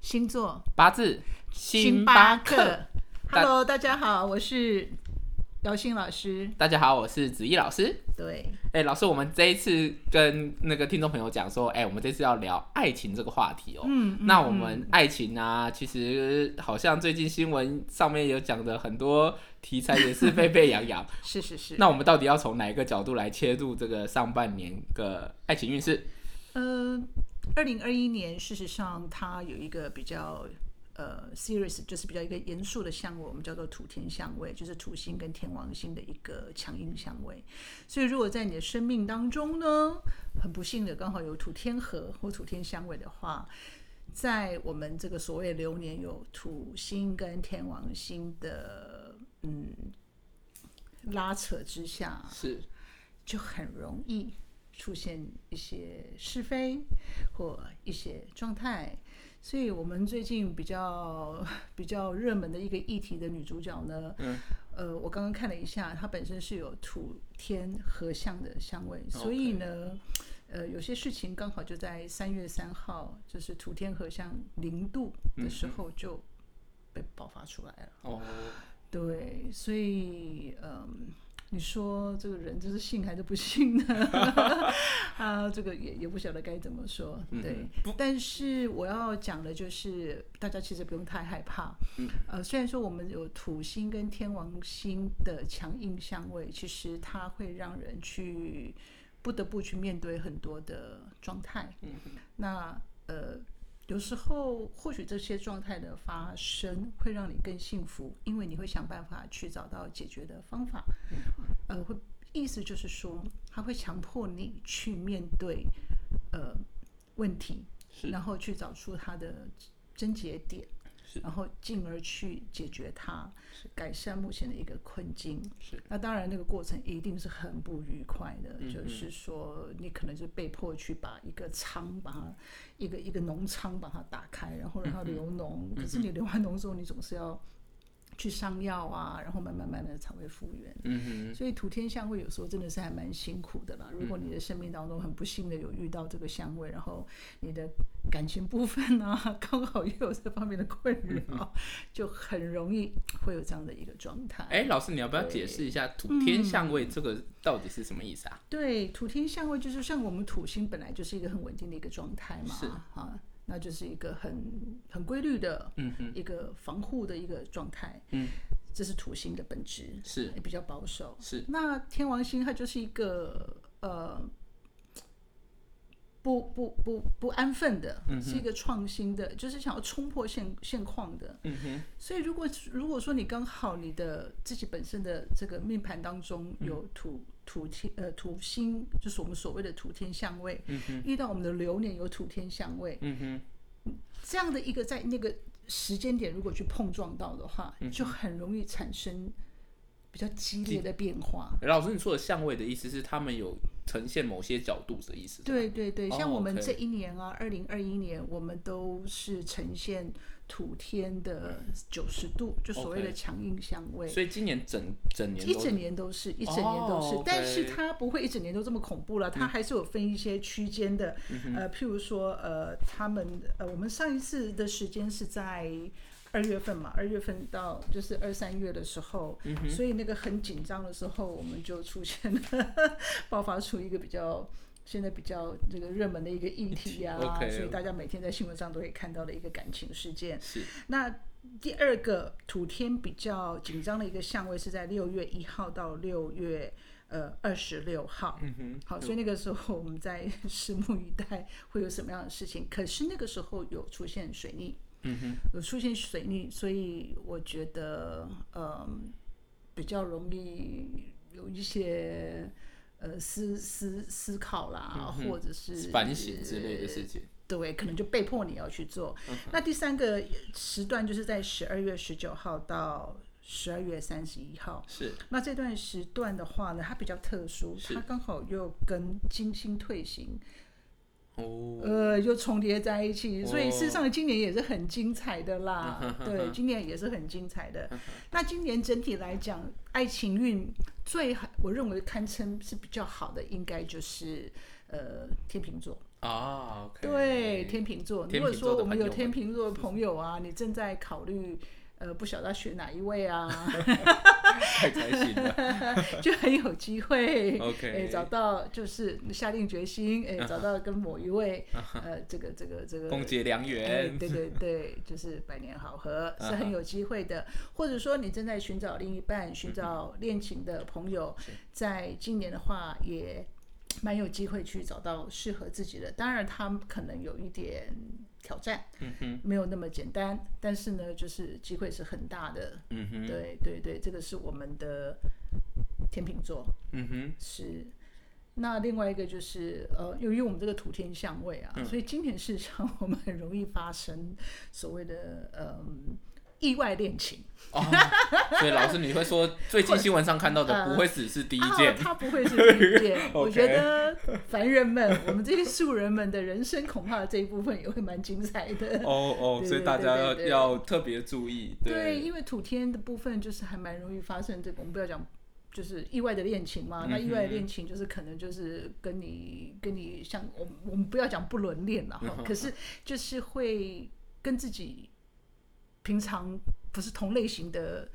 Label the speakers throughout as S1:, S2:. S1: 星座，
S2: 八字，
S1: 星
S2: 巴
S1: 巴克。
S2: 大
S1: Hello，大家好，我是姚欣老师。
S2: 大家好，我是子怡老师。
S1: 对，
S2: 哎、老师，我们这一次跟那个听众朋友讲说，哎、我们这次要聊爱情这个话题哦、
S1: 嗯
S2: 那我们爱情啊，其实好像最近新闻上面有讲的很多题材也是沸沸扬扬。
S1: 是是 是。
S2: 那我们到底要从哪一个角度来切入这个上半年的爱情运势？
S1: 呃，二零二一年，事实上它有一个比较呃 serious，就是比较一个严肃的相位，我们叫做土天相位，就是土星跟天王星的一个强硬相位。所以，如果在你的生命当中呢，很不幸的刚好有土天合或土天相位的话，在我们这个所谓流年有土星跟天王星的嗯拉扯之下，
S2: 是
S1: 就很容易出现一些是非或一些状态。所以我们最近比较比较热门的一个议题的女主角呢，
S2: 嗯
S1: 呃，我刚刚看了一下，她本身是有土天合相的相位，所以呢。呃，有些事情刚好就在三月三号，就是土天合相零度的时候就被爆发出来了。
S2: 哦，
S1: 对，所以嗯，你说这个人就是信还是不信呢？ 啊，这个也也不晓得该怎么说。对，但是我要讲的就是，大家其实不用太害怕。呃，虽然说我们有土星跟天王星的强硬相位，其实它会让人去不得不去面对很多的状态。那呃，有时候或许这些状态的发生会让你更幸福，因为你会想办法去找到解决的方法。呃，会意思就是说，它会强迫你去面对呃问题，
S2: 是
S1: 然后去找出它的症结点，然后进而去解决它，改善目前的一个困境。
S2: 是
S1: 那当然，那个过程一定是很不愉快的，
S2: 嗯
S1: 就是说你可能就被迫去把一个仓把它一个一个脓仓把它打开，然后让它
S2: 嗯
S1: 流脓。可是你流完脓之后，你总是要去上药啊，然后慢慢慢慢的才会复原。
S2: 嗯
S1: 所以土天相位有时候真的是还蛮辛苦的啦。如果你的生命当中很不幸的有遇到这个相位，然后你的感情部分啊， 刚好又有这方面的困
S2: 嗯
S1: 扰，就很容易会有这样的一个状态
S2: 哼，。哎、老师，你要不要解释一
S1: 嗯
S2: 下土天相位这个到底是什么意思啊？
S1: 对，土天相位就是像我们土星本来就是一个很稳定的一个状态嘛，
S2: 是
S1: 啊，那就是一个很很规律的
S2: 嗯哼，
S1: 一个防护的一个状态，
S2: 嗯，
S1: 这是土星的本质，
S2: 是
S1: 也比较保守。
S2: 是
S1: 那天王星它就是一个呃不不不不安分的，
S2: 嗯
S1: 是一个创新的，就是想要冲破现现况的。
S2: 嗯哼，
S1: 所以如果如果说你刚好你的自己本身的这个命盘当中
S2: 嗯
S1: 有土、土天呃土星，就是我们所谓的土天相位，遇到我们的流年有土天相位，
S2: 嗯哼，
S1: 这样的一个在那个时间点如果去碰撞到的话，
S2: 嗯
S1: 就很容易产生比较激烈的变化。
S2: 老师，你说的相位的意思是他们有呈现某些角度的意思？
S1: 对对对，
S2: 哦
S1: 像我们
S2: ，OK
S1: 这一年啊，二零二一年，我们都是呈现土天的九十度，就所谓的
S2: OK
S1: 强硬相位。
S2: 所以今年整整年
S1: 一
S2: 都
S1: 整年都是，一整年都是，
S2: 哦，OK 嗯
S1: 但是它不会一整年都这么恐怖了，它还是有分一些区间的，呃，譬如说，呃，他们，呃，我们上一次的时间是在二月份嘛，二月份到就是二三月的时候，
S2: 嗯
S1: 所以那个很紧张的时候，我们就出现了 爆发出一个比较。现在比较这个热门的一个议题啊
S2: OK
S1: 所以大家每天在新闻上都会看到的一个感情事件。
S2: 是
S1: 那第二个土天比较紧张的一个相位是在六月一号到六月呃二十六号。
S2: 嗯哼，
S1: 好，所以那个时候我们在拭目以待会有什么样的事情。可是那个时候有出现水逆，
S2: 嗯哼，
S1: 有出现水逆，所以我觉得嗯比较容易有一些呃思思思考
S2: 嗯
S1: 啦，或者是
S2: 反省之类的事情。
S1: 对，可能就被迫你要去做。
S2: 嗯
S1: 那第三个时段就是在十二月十九号到十二月三十一号。
S2: 是
S1: 那这段时段的话呢，它比较特殊，
S2: 是
S1: 它刚好又跟金星退行，
S2: 哦，
S1: 呃，又重叠在一起，所以
S2: 哦
S1: 事实上今年也是很精彩的啦。
S2: 嗯哼嗯哼
S1: 对，今年也是很精彩的。那今年整体来讲，爱情运最好，我认为堪称是比较好的，应该就是呃天秤座。
S2: 啊，OK，
S1: 对，天秤座。如
S2: 天
S1: 果
S2: 秤座
S1: 说
S2: 的
S1: 我们
S2: 朋
S1: 有
S2: 友
S1: 天
S2: 们
S1: 秤座的朋友啊，你正在考虑，呃，不晓得要选哪一位 啊，
S2: 太开心了
S1: 就很有机会，哎、
S2: ，OK，啊
S1: 找到就是下定决心，哎、找到跟某一位，呃，这个这个这个
S2: 共结良
S1: 哎，
S2: 缘，
S1: 对对对，就是百年好合
S2: 啊
S1: 是很有机会的。或者说你正在寻找另一半、
S2: 嗯
S1: 寻找恋情的朋友，在今年的话也蛮有机会去找到适合自己的。当然，他们可能有一点挑战，
S2: 嗯哼，
S1: 没有那么简单，但是呢，就是机会是很大的。
S2: 嗯哼，
S1: 对对对，这个是我们的天秤座。
S2: 嗯哼，
S1: 是。那另外一个就是，呃，由于我们这个土天相位啊，所以今年事实上我们很容易发生所谓的嗯意外恋情。
S2: 哦，所以老师你会 说，最近新闻上看到的
S1: 呃
S2: 不会只是第一件。
S1: 啊，，它不会是第一件我
S2: OK
S1: 觉得凡人们，我们这些素人们的人生恐怕这一部分也会蛮精彩的。
S2: 哦哦，
S1: 对
S2: 所以大
S1: 对
S2: 家
S1: 对
S2: 要
S1: 对
S2: 要特别注意，
S1: 对，因为土天的部分就是还蛮容易发生这个，我们不要讲就是意外的恋情嘛。
S2: 嗯
S1: 那意外的恋情就是可能就是跟你跟你像我们我们不要讲不伦恋了 哈，可是就是会跟自己平常不是同类型的。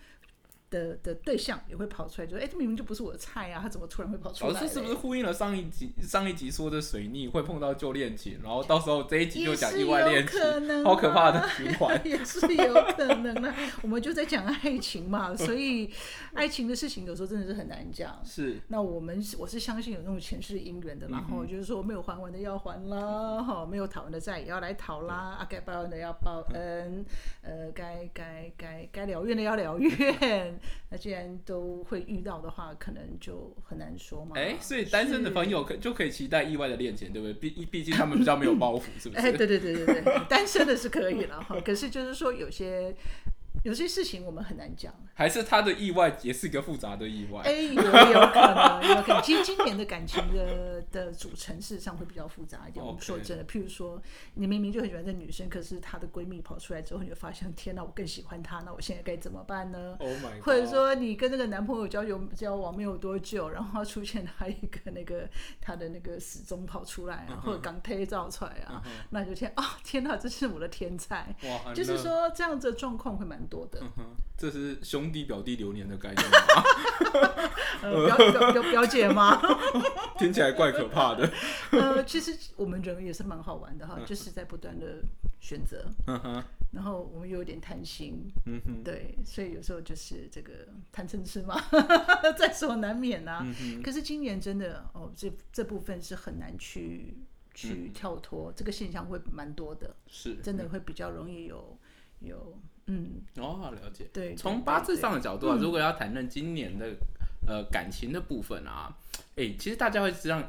S1: 的的对象也会跑出来，就说：“哎、这明明就不是我的菜啊，他怎么突然会跑出来嘞？”
S2: 老师是不是呼应了上一集上一集说的水逆会碰到旧恋情，然后到时候这一集就
S1: 也
S2: 讲
S1: 是
S2: 意
S1: 有
S2: 外恋情，
S1: 可 能、
S2: 好可怕的循环。
S1: 也是有可能的。 我们就在讲爱情 嘛，所以爱情的事情有时候真的是很难讲。
S2: 是，
S1: 那我们是我是相信有那种前世姻缘的
S2: 嗯
S1: 啦，然后、就是说没有还完的要还啦，哈，没有讨完的债也要来讨啦，啊，该报恩的要报恩，呃，该该该该了愿的要了愿。 那既然都会遇到的话，可能就很难说嘛。
S2: 哎、所以单身的朋友可就可以期待意外的恋情，对不对？毕毕竟他们比较没有包袱，是不是？
S1: 哎，对对对对对，单身的是可以了哈，可是就是说有些有些事情我们很难讲。
S2: 还是他的意外也是一个复杂的意外？
S1: 哎，有有可能，有可能。其实今年的感情的的组成事实上会比较复杂一点。我们
S2: OK
S1: 说真的，譬如说，你明明就很喜欢这女生，可是她的闺蜜跑出来之后，你就发现，天哪，我更喜欢她，那我现在该怎么办呢？
S2: Oh my god！
S1: 或者说你跟那个男朋友交友交往没有多久，然后出现他一个那个他的那个时钟跑出来啊，或者刚推照出来啊，那你就天啊、天哪，这是我的天才！
S2: 哇，
S1: 就是
S2: 那，
S1: 说这样子的状况会蛮多的，
S2: 嗯哼，这是兄弟表弟流年的概 念吗，
S1: 呃，表表表表姐吗？
S2: 听起来怪可怕的。
S1: 呃，其实我们人也是蛮好玩的哈，就是在不断的选择，
S2: 嗯哼，
S1: 然后我们又有点贪心，
S2: 嗯哼，
S1: 对，所以有时候就是这个贪嗔痴嘛，在所难免啊。
S2: 嗯
S1: 可是今年真的哦，这这部分是很难去去跳脱，这个现象会蛮多的，
S2: 嗯是嗯
S1: 真的会比较容易有有嗯，
S2: 哦，了解。
S1: 对，
S2: 从
S1: 对
S2: 八
S1: 对
S2: 字
S1: 对嗯
S2: 上的角度啊，如果要谈论今年的呃感情的部分啊，诶，其实大家会这样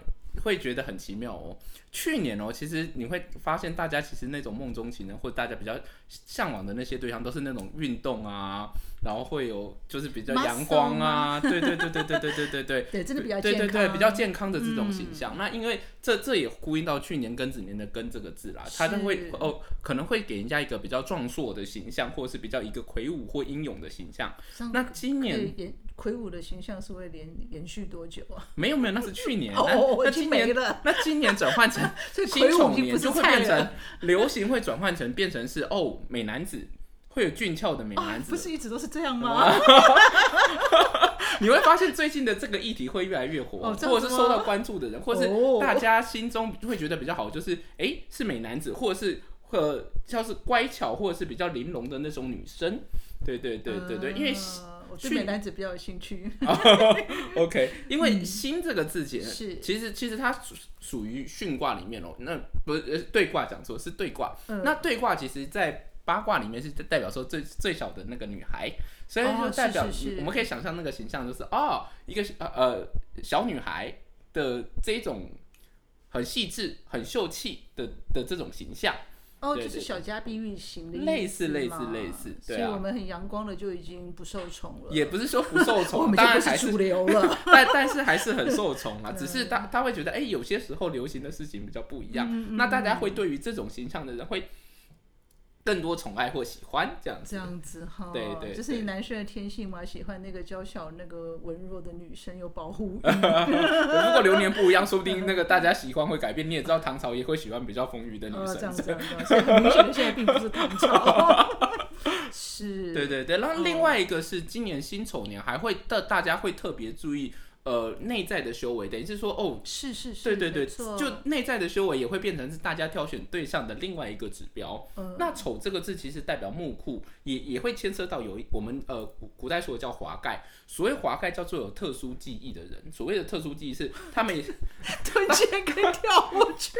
S2: 会觉得很奇妙哦。去年哦，其实你会发现大家其实那种梦中情人，或者大家比较向往的那些对象，都是那种运动啊，然后会有就是比较
S1: Muscle
S2: 阳光啊，对对对对对对对对对。
S1: 对真的比较
S2: 对
S1: 健
S2: 对
S1: 康，嗯
S2: 对，比较健康的这种形象。那因为这这也呼应到去年庚子年的庚这个字啦，它就是会哦，可能会给人家一个比较壮硕的形象，或者是比较一个魁梧或英勇的形象。
S1: 这样
S2: 那今
S1: 可
S2: 年
S1: 以延魁梧的形象是会连延续多久啊？
S2: 没有没有，那是去年，
S1: 哦
S2: 哎那
S1: 哦，我
S2: 那
S1: 已经
S2: 今
S1: 没
S2: 年
S1: 了，
S2: 那今年转换成
S1: 所以
S2: 新
S1: 魁梧
S2: 宠
S1: 已经不
S2: 年，
S1: 是
S2: 就会
S1: 菜
S2: 变
S1: 了。啊
S2: 成流行会转换成变成是哦美男子，会有俊俏的美
S1: 啊
S2: 男，子
S1: 不。是一直都是这样吗？
S2: 你会发现最近的这个议题会越来越火，
S1: 哦这样子吗
S2: 或者是受到关注的人，或是
S1: 哦
S2: 大家心中会觉得比较好，就是诶是美男子，或者是呃像是乖巧或者是比较玲珑的那种女生。对对对对对，因为
S1: 呃我对
S2: 去
S1: 美男子比较有兴趣，
S2: OK，因为“心”这个字节，
S1: 是
S2: 其实其实它属属于巽卦里面哦，那不是呃对卦讲错是对卦，
S1: 嗯
S2: 那对卦其实在八卦里面是代表说最最小的那个女孩，所以就
S1: 哦
S2: 代表、
S1: 是是是
S2: 我们可以想象那个形象就是哦，一个呃呃小女孩的这种很细致、很秀气的的这种形象。
S1: 哦，
S2: 对
S1: 就是
S2: 对
S1: 小家碧玉型的意思
S2: 类似类似
S1: 嘛
S2: 类似对
S1: 所
S2: 啊
S1: 以我们很阳光的就已经不受宠了，
S2: 也不是说不 受
S1: 我
S2: 宠，
S1: 们就
S2: 当
S1: 不
S2: 然还
S1: 是
S2: 是
S1: 主流嗯了。
S2: 但但是还是很受 宠啊，只是他他会觉得，哎、有
S1: 嗯
S2: 些时候流行的事情比较不一样，那大家会对于这种形象的人会更多宠爱或喜欢这样
S1: 嗯这
S2: 子。
S1: 样子哈，
S2: 对对对
S1: 这是你男生的天性嘛，喜欢那个娇小、那个文弱的女生，有保 护欲。
S2: 如果流年不一样，说不定那个大家喜欢会改变。你也知道，唐朝也会喜欢比较丰腴的女
S1: 呃，这样
S2: 生。
S1: 子，这样 子，所以很明显的现在并不是唐朝， 是，
S2: 对对对，然后
S1: 哦
S2: 另外一个是今年辛丑年还会大大家会特别注意呃内在的修为，等于是说哦，
S1: 是是是，
S2: 对对对，
S1: 没错
S2: 就内在的修为也会变成是大家挑选对象的另外一个指标。
S1: 呃
S2: 那丑这个字其实代表木库，也也会牵涉到有一我们呃古古代说的叫华盖，所谓华盖叫做有特殊记忆的人，所谓的特殊记忆是他们也
S1: 吞剑跟跳舞圈，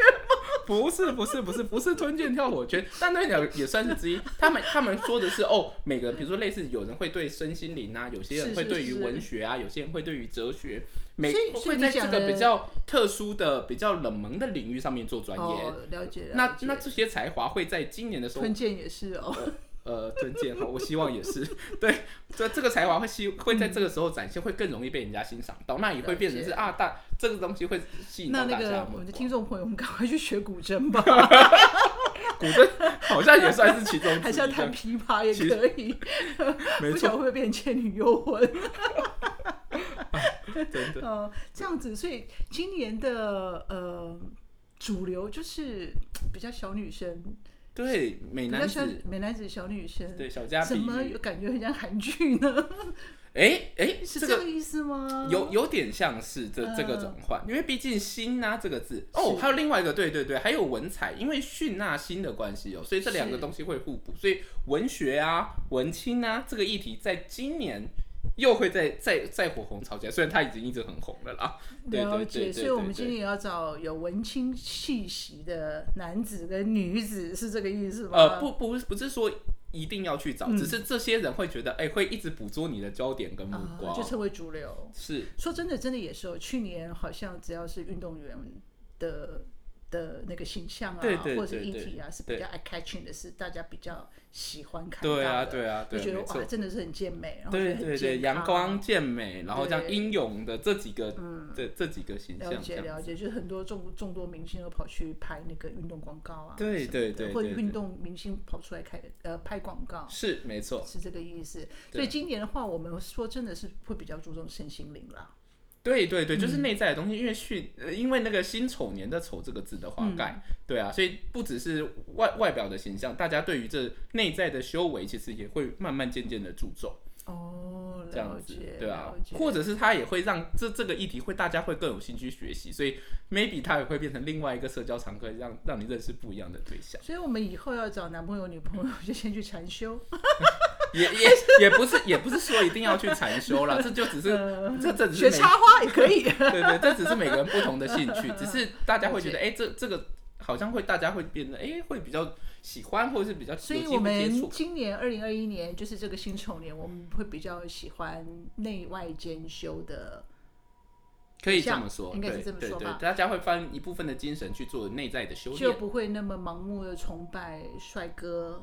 S2: 不是不是不是不是吞剑跳火圈，但那两个也算是之一。他们他们说的是哦，每个人比如说类似有人会对身心灵啊，有些人
S1: 是
S2: 会
S1: 是
S2: 对于
S1: 是
S2: 文学啊，有些人会对于哲学，每
S1: 所以所
S2: 会
S1: 以
S2: 在
S1: 你
S2: 这
S1: 讲
S2: 个
S1: 的
S2: 比较特殊的、比较冷门的领域上面做钻研。
S1: 哦，了解了
S2: 那
S1: 解
S2: 那这些才华会在今年的时候
S1: 吞剑也是哦，
S2: 呃，吞剑哈，我希望也是 对，这这个才华会吸，会在这个时候展现，会更容易被人家欣赏到，那也会变成是
S1: 了解
S2: 啊，大这个东西会吸引
S1: 那
S2: 到
S1: 那
S2: 大家
S1: 个
S2: 的
S1: 我
S2: 目
S1: 们的
S2: 光。
S1: 听众朋友，我们赶快去学古筝吧，
S2: 古筝 好像也算是其中
S1: 还
S2: 之
S1: 是要
S2: 一
S1: 弹
S2: 的，
S1: 琵琶也可以，
S2: 没
S1: 不晓得
S2: 错，
S1: 会不会变成倩女幽魂？
S2: 真的，
S1: 呃，这样子，所以今年的呃主流就是比较小女生，
S2: 对，美
S1: 比较
S2: 男
S1: 小
S2: 子，
S1: 美男子小女生，
S2: 对小家碧
S1: 怎么
S2: 玉
S1: 有，感觉很像韩剧呢？
S2: 哎哎，
S1: 是
S2: 这
S1: 这
S2: 个
S1: 个意思吗？
S2: 有有点像是这这个
S1: 嗯
S2: 转换，因为毕竟“辛”呐这个字哦，
S1: 是
S2: 还有另外一个，对对对，还有文采，因为训纳新的关系哦，所以这两个
S1: 是
S2: 东西会互补，所以文学啊、文青啊这个议题，在今年又会再再再火红潮起来，虽然它已经一直很红了啦，对对
S1: 了
S2: 对对
S1: 解，
S2: 对
S1: 所以我们
S2: 对
S1: 今年要找有文青气息的男子跟女子，是这个意思吗？
S2: 呃，不不不是说一定要去找，
S1: 嗯
S2: 只是这些人会觉得，哎、会一直捕捉你的焦点跟目
S1: 啊，
S2: 光，
S1: 就成为主流。
S2: 是
S1: 说真的，真的也是哦。去年好像只要是运动员的的那个形象啊，
S2: 对对
S1: 或者是
S2: 对
S1: 议
S2: 对
S1: 题啊，是
S2: 对
S1: 比较 eye catching 的，是大家比较喜欢看到的。
S2: 对啊，对啊，
S1: 就
S2: 对啊，
S1: 觉得
S2: 没错
S1: 哇，。真的是很健美，然后
S2: 对
S1: 觉得
S2: 对
S1: 很
S2: 对，
S1: 健
S2: 阳
S1: 康啊
S2: 光健美，然后这样
S1: 对嗯
S2: 英勇的这几个，这这几个形
S1: 了
S2: 象，这
S1: 解
S2: 样。
S1: 了解，就是很多众众多明星都跑去拍那个运动广告啊什么的，
S2: 对对对
S1: 或者
S2: 对
S1: 运
S2: 对
S1: 动明星跑出来开呃拍广告，
S2: 是没错，
S1: 是这个意思。所
S2: 对
S1: 以今年的话，我们说真的是会比较注重身心灵啦。
S2: 对对对，
S1: 嗯
S2: 就是内在的东西，因为去，呃因为那个辛丑年的丑这个字的话
S1: 嗯
S2: 盖，对啊，所以不只是外外表的形象，大家对于这内在的修为，其实也会慢慢渐渐的注重，
S1: 哦，
S2: 这样
S1: 了
S2: 子
S1: 解，，
S2: 对啊
S1: 了，解
S2: 或者是他也会让这这个议题会大家会更有兴趣学习，所以 maybe 他也会变成另外一个社交常客，让让你认识不一样的对象。
S1: 所以我们以后要找男朋友、女朋友，就先去禅修。
S2: 也也也不是也不是说一定要去禅修啦，这就只是
S1: 呃
S2: 这这只
S1: 学
S2: 是每
S1: 插花也可 以。
S2: 对对，这只是每个人不同的兴趣，只是大家会觉得哎、这这个好像会大家会变得哎、会比较喜欢或者是比较有
S1: 所以
S2: 机
S1: 我
S2: 会接
S1: 们
S2: 触。
S1: 今年二零二一年就是这个辛丑年，我们会比较喜欢内外兼修的。
S2: 可以这么说，
S1: 应该是
S2: 对
S1: 这么
S2: 对
S1: 说
S2: 对
S1: 吧，
S2: 大家会翻一部分的精神去做内在的修
S1: 就
S2: 炼。
S1: 不会那么盲目的崇拜帅哥。，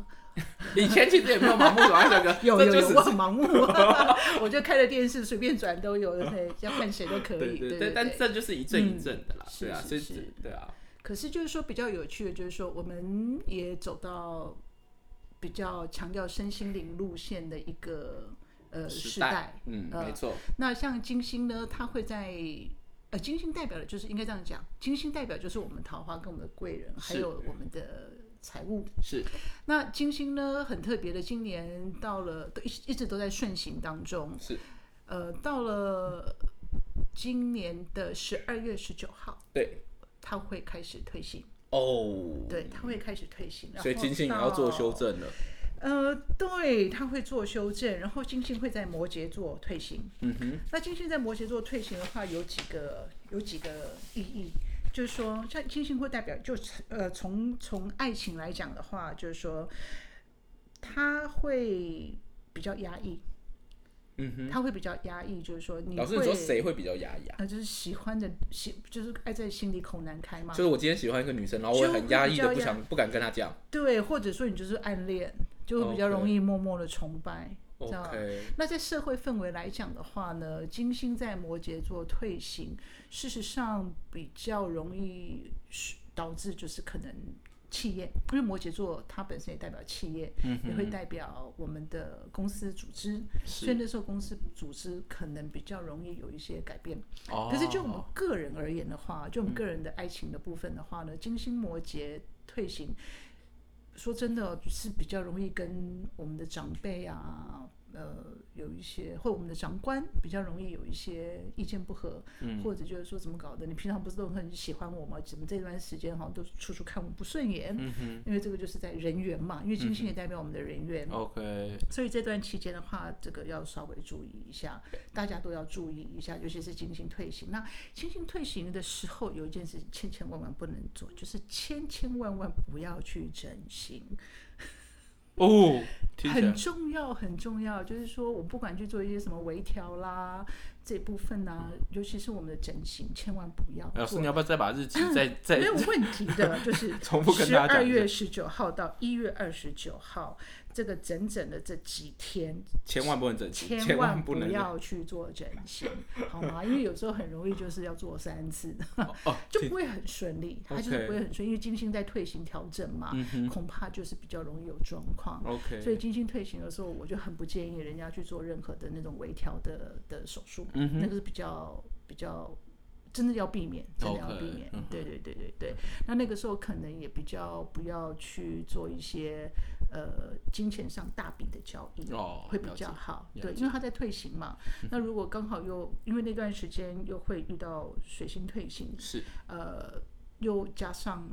S2: 以前其实也没有盲目走爱帅哥
S1: 有有
S2: 这
S1: 有
S2: 就，是
S1: 我很盲目， 我就开了电视，随便转都有的，嘿要看谁都可
S2: 对
S1: 以。对
S2: 对，但这就是一阵一
S1: 嗯
S2: 阵的啦，
S1: 是
S2: 对啊，
S1: 是
S2: 所以
S1: 是
S2: 只对啊，
S1: 可是就是说比较有趣的，就是说我们也走到比较强调身心灵路线的一个呃
S2: 时
S1: 时
S2: 代
S1: 代。
S2: 嗯，
S1: 呃
S2: 没错，
S1: 那像金星呢，它会在呃，金星代表的就是应该这样讲，金星代表就是我们桃花跟我们的贵人，还
S2: 是
S1: 有我们的财务。
S2: 是
S1: 那金星呢，很特别的，今年到了都一一直都在顺行当中。
S2: 是，
S1: 呃，到了今年的十二月十九号，
S2: 对
S1: 它会开始推行，
S2: 哦，
S1: 对，它会开始推行。
S2: 所以金星也要做修。正了，
S1: 呃，对，它会做修正，然后金星会在摩羯座退行。
S2: 嗯哼。
S1: 那金星在摩羯座退行的话，有几个有几个意义，就是说，像金星会代表，就呃，从从爱情来讲的话，就是说，他会比较压抑，
S2: 嗯哼，
S1: 他会比较压抑，就是说你
S2: 老师，你说谁会比较压抑啊？
S1: 呃，就是喜欢的喜，就是爱在心里口难开嘛
S2: 就，是我今天喜欢一个女生，然后我也很压抑的不想不敢跟她讲。
S1: 对，或者说你就是暗恋，就会比较
S2: OK
S1: 容易默默的崇拜。这样
S2: OK，
S1: 那在社会氛围来讲的话呢，金星在摩羯座退行，事实上比较容易是导致就是可能企业，因为摩羯座它本身也代表企业，
S2: 嗯
S1: 也会代表我们的公司组织，所以
S2: 是，
S1: 那时候公司组织可能比较容易有一些改变。
S2: 哦
S1: 可是就我们个人而言的话，就我们个人的爱情的部分的话呢，金星摩羯退行，说真的哦是比较容易跟我们的长辈啊，呃，有一些或我们的长官比较容易有一些意见不合，或者就是说怎么搞的，你平常不是都很喜欢我吗？怎么这段时间好像都处处看我不顺眼？因为这个就是在人缘嘛，因为金星也代表我们的人缘。
S2: OK，
S1: 所以这段期间的话，这个要稍微注意一下，大家都要注意一下，尤其是金星退行。那金星退行的时候，有一件事千千万万不能做，就是千千万万不要去整形，
S2: 哦，听起
S1: 很
S2: 来
S1: 重要，很重要。就是说我不管去做一些什么微调啦，这部分呢、尤其是我们的整形，千万不要
S2: 哎老师，
S1: 做
S2: 你。要不要再 把日期再再
S1: 没有问题的， 就是
S2: 重复跟
S1: 十
S2: 大
S1: 二
S2: 家讲一下？
S1: 月十九号到一月二十九号，这个整整的这几天，
S2: 千万不能整形，
S1: 千
S2: 千
S1: 万
S2: 万
S1: 不
S2: 能
S1: 要去做整 形，好吗？因为有时候很容易就是要做三次，
S2: 哦哦，
S1: 就不会很顺利，它就是
S2: OK 嗯
S1: 不会很顺，因为金星在退行调整嘛，恐怕就是比较容易有状况。
S2: OK，
S1: 所以金星退行的时候，我就很不建议人家去做任何的那种微调的的手术，
S2: 嗯
S1: 那个是比较比较。真的要避免，真的要
S2: OK，
S1: 避免
S2: 嗯哼
S1: 对对对对对。那那个时候可能也比较不要去做一些呃金钱上大笔的交易，
S2: 哦，
S1: 会比
S2: 了解嗯
S1: 较好，
S2: 了
S1: 对，因为他在退行嘛。那如果刚好又因为那段时间又会遇到水星退行，
S2: 是
S1: 呃，又加上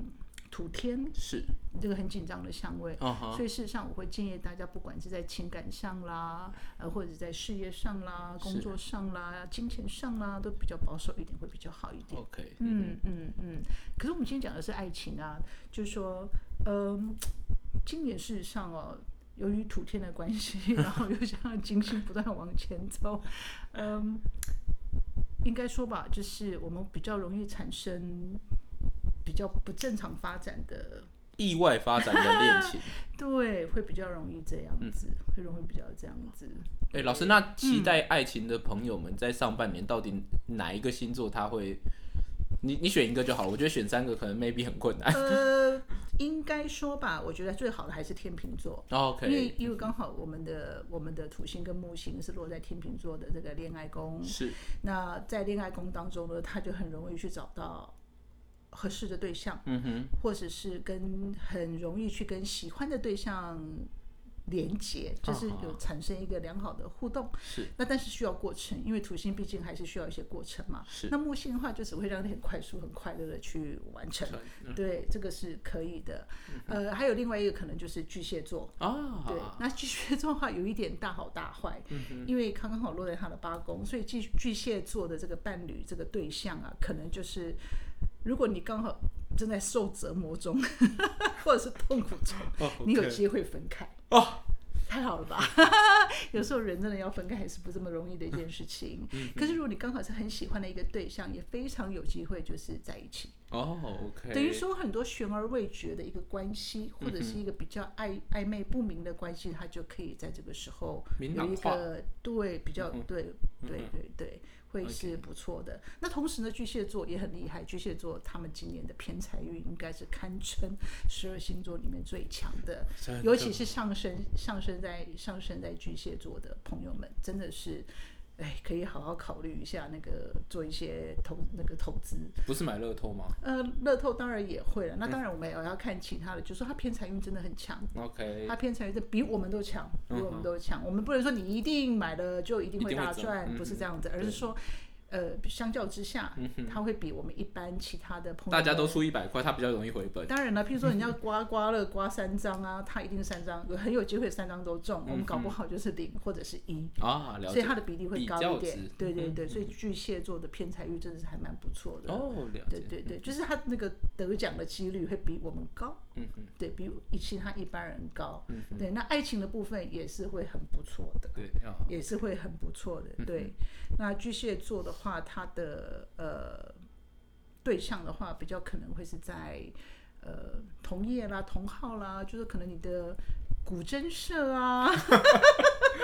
S1: 土天
S2: 是，
S1: 这个很紧张的相位，
S2: 嗯哼，
S1: 所以事实上我会建议大家，不管是在情感上啦，呃，或者在事业上啦、工
S2: 是
S1: 作上啦、金钱上啦，都比较保守一点，会比较好一点。
S2: OK，
S1: 嗯嗯嗯。可是我们今天讲的是爱情啊，就是说，嗯，今年事实上哦，由于土天的关系， 然后又加上金星不断往前走，嗯，应该说吧，就是我们比较容易产生比较不正常发展的，
S2: 意外发展的恋 情。
S1: 对，会比较容易这样子，会容易比较这样子。
S2: 哎、老师，那
S1: 嗯
S2: 期待爱情的朋友们在上半年到底哪一个星座他会？你你选一个就好了，我觉得选三个可能 maybe 很困难。
S1: 呃，应该说吧，我觉得最好的还是天秤座。因为
S2: 哦 OK，嗯
S1: 因为刚好我们的我们的土星跟木星是落在天秤座的这个恋爱宫，
S2: 是
S1: 那在恋爱宫当中呢，他就很容易去找到合适的对象，
S2: 嗯哼，
S1: 或者是跟很容易去跟喜欢的对象连接，就是有产生一个良好的互动。
S2: 啊是
S1: 那但是需要过程，因为土星毕竟还是需要一些过程嘛。
S2: 是
S1: 那木星的话，就只会让你很快速、很快乐的去完成。
S2: 嗯
S1: 对，这个是可以的。呃，还有另外一个可能就是巨蟹座。对
S2: 啊，，嗯
S1: 那巨蟹座的话有一点大好大坏，因为刚刚好落在他的八宫，所以巨巨蟹座的这个伴侣这个对象啊，可能就是如果你刚好正在受折磨中， 或者是痛苦 中，
S2: 哦
S1: 你有
S2: OK
S1: 机会分开
S2: 哦。
S1: 太好了吧！ 有时候人真的要分开还是不这么容易的一件事情。
S2: 嗯
S1: 可是如果你刚好是很喜欢的一个对象，也非常有机会就是在一起。
S2: 哦，OK，
S1: 等于说很多悬而未决的一个关系，或
S2: 嗯
S1: 者是一个比较暧暧昧不明的关系，它就可以在这个时候
S2: 明
S1: 有
S2: 朗
S1: 一
S2: 化嗯
S1: 个对比较对对对对，会
S2: OK
S1: 是不错的。那同时呢，巨蟹座也很厉害，巨蟹座他们今年的偏财运应该是堪称十二星座里面最强的，
S2: 真
S1: 尤其
S2: 的
S1: 是上升上升在上升在巨蟹座的朋友们，真的是。哎，可以好好考虑一下那个做一些投那个投资，
S2: 不是买乐透吗
S1: 呃，乐透当然也会了，那当然我们也要看其他的，就是说他偏财运真的很强，
S2: ？OK，
S1: 他偏财运真的比我们都强，比
S2: 嗯
S1: 我们都强。我们不能说你一定买了就一定会
S2: 一定会
S1: 大
S2: 中
S1: 赚，
S2: 嗯
S1: 不是这样子，而是说，呃，相较之下，他会比我们一般其他的朋友
S2: 大家都嗯
S1: 们
S2: 出一百块，他比较容易回本。
S1: 当然了，譬如说人家刮刮乐刮三张啊，他一定三张，有很有机会三张都中，我们搞不好就是零或者是一。
S2: 啊，嗯了
S1: 所以
S2: 解。
S1: 它的比例会
S2: 比
S1: 高
S2: 较
S1: 一点
S2: 值，嗯
S1: 对对对，所以巨蟹座的偏财运真的是还蛮不错的。
S2: 哦，了
S1: 对
S2: 解。
S1: 对对，就是他那个得奖的几率会比我们高，
S2: 嗯嗯，
S1: 对比一其他一般人高。对，那爱情的部分也是会很不错的，
S2: 对啊，
S1: 也是会很不错
S2: 嗯
S1: 的。对，那巨蟹座的话，他的呃对象的话，比较可能会是在呃同业啦、同号啦，就是可能你的古筝社啊。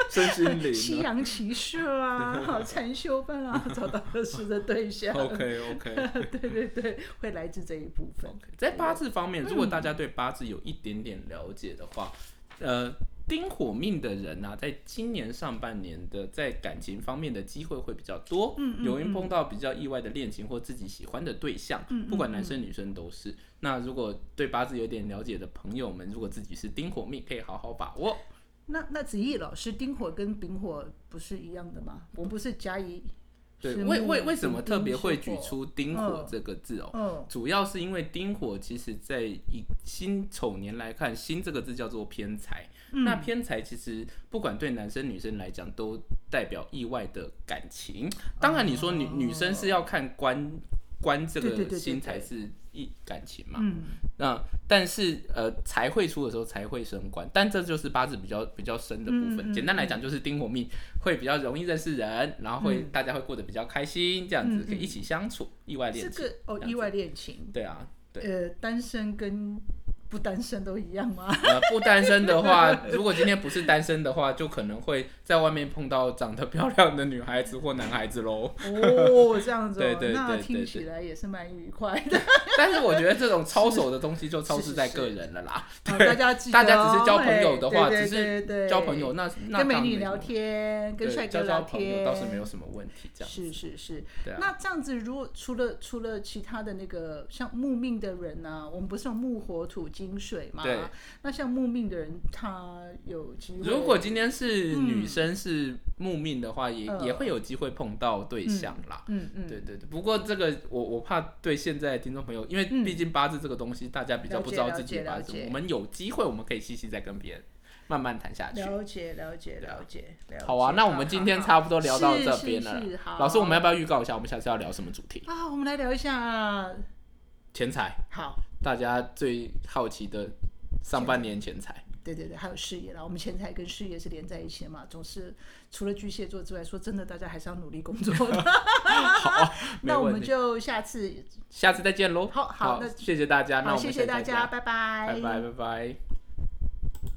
S2: 身心
S1: 西
S2: 灵、啊。
S1: 洋骑士啊， 好禅修班啊，找到合适的对象。
S2: OK OK
S1: 对对对，会来自这一部分。
S2: OK，在八字方
S1: 嗯
S2: 面，如果大家对八字有一点点了解的话，呃，丁火命的人啊，在今年上半年的在感情方面的机会会比较多，
S1: 嗯嗯
S2: 容易碰到比较意外的恋情或自己喜欢的对象，
S1: 嗯嗯
S2: 不管男生女生都是。那如果对八字有点了解的朋友们，如果自己是丁火命，可以好好把握。
S1: 那那子毅老师，丁火跟丙火不是一样的吗？我们不是甲乙。
S2: 对，
S1: 是
S2: 为
S1: 木
S2: 为为什
S1: 丙
S2: 么特别
S1: 丁
S2: 会
S1: 是
S2: 举
S1: 火
S2: 出丁火这个字哦？
S1: 嗯，
S2: 主要是因为丁火，其实在以辛丑年来看，辛这个字叫做偏财。
S1: 嗯
S2: 那偏财其实不管对男生女生来讲，都代表意外的感情。当然，你说女、女生是要看官官
S1: 哦
S2: 这
S1: 对对对
S2: 个
S1: 对对
S2: 心才是一感情嘛。
S1: 嗯，
S2: 那但是呃财会出的时候才会升官，但这就是八字比较比较深的部分。
S1: 嗯嗯嗯
S2: 简单来讲，就是丁火命会比较容易认识人，然后会、
S1: 嗯
S2: 大家会过得比较开心，这样子
S1: 嗯嗯
S2: 可以一起相处，意外
S1: 这
S2: 恋情。
S1: 个哦，
S2: 这样
S1: 意
S2: 子
S1: 外恋情，
S2: 对啊，对。
S1: 呃，单身跟不单身都一样 吗？
S2: 呃，不单身的话，如果今天不是单身的话，就可能会在外面碰到长得漂亮的女孩子或男孩子喽。
S1: 哦，这样子、哦，
S2: 对对
S1: 那
S2: 对对
S1: 听
S2: 对
S1: 起来也是蛮愉快 的。
S2: 但是我觉得这种操守的东西就超
S1: 是
S2: 视
S1: 是
S2: 在
S1: 是
S2: 个人了啦。
S1: 好大家记得、
S2: 大
S1: 哦，
S2: 家只是交朋友的话
S1: 嘿对
S2: 只
S1: 对对对
S2: 交朋友那那
S1: 跟美
S2: 当然
S1: 女
S2: 没
S1: 聊
S2: 什么
S1: 天，跟
S2: 对
S1: 帅哥
S2: 交交
S1: 聊
S2: 朋友
S1: 天，
S2: 倒是没有什么问题，这样
S1: 是是是，
S2: 对啊
S1: 那这样子，如果除了除了其他的那个像木命的人呢、我们不是有木火土金水嘛？
S2: 对。
S1: 那像木命的人，他有机会。
S2: 如果今天是女生是木命的话，也、
S1: 嗯
S2: 也会有机会碰到对象啦。
S1: 嗯嗯，
S2: 对对对，不过这个我我怕对现在的听众朋友，因为
S1: 嗯
S2: 毕竟八字这个东西，大家比较不知道
S1: 了解
S2: 自己的八字
S1: 了。解
S2: 我们有机会，我们可以细细再跟别人慢慢谈下啊去。
S1: 了解了解
S2: 对啊
S1: 了解了解。
S2: 好啊，那我们今天差不多聊到这边
S1: 是是是
S2: 了。
S1: 好
S2: 老师，我们要不要预告一下，我们下次要聊什么主题？
S1: 啊，我们来聊一下，
S2: 钱财，
S1: 好，
S2: 大家最好奇的上半年钱财。
S1: 对对对，还有事业啦。我们钱财跟事业是连在一起的嘛，总是除了巨蟹座之外，说真的，大家还是要努力工作 的。
S2: 好，没
S1: 那我
S2: 问
S1: 们
S2: 题，
S1: 就下次
S2: 下次再见喽。
S1: 好好那
S2: 谢谢大家，那
S1: 好，
S2: 我
S1: 谢
S2: 们
S1: 谢
S2: 下次
S1: 大
S2: 再见
S1: 家，拜
S2: 拜拜拜拜。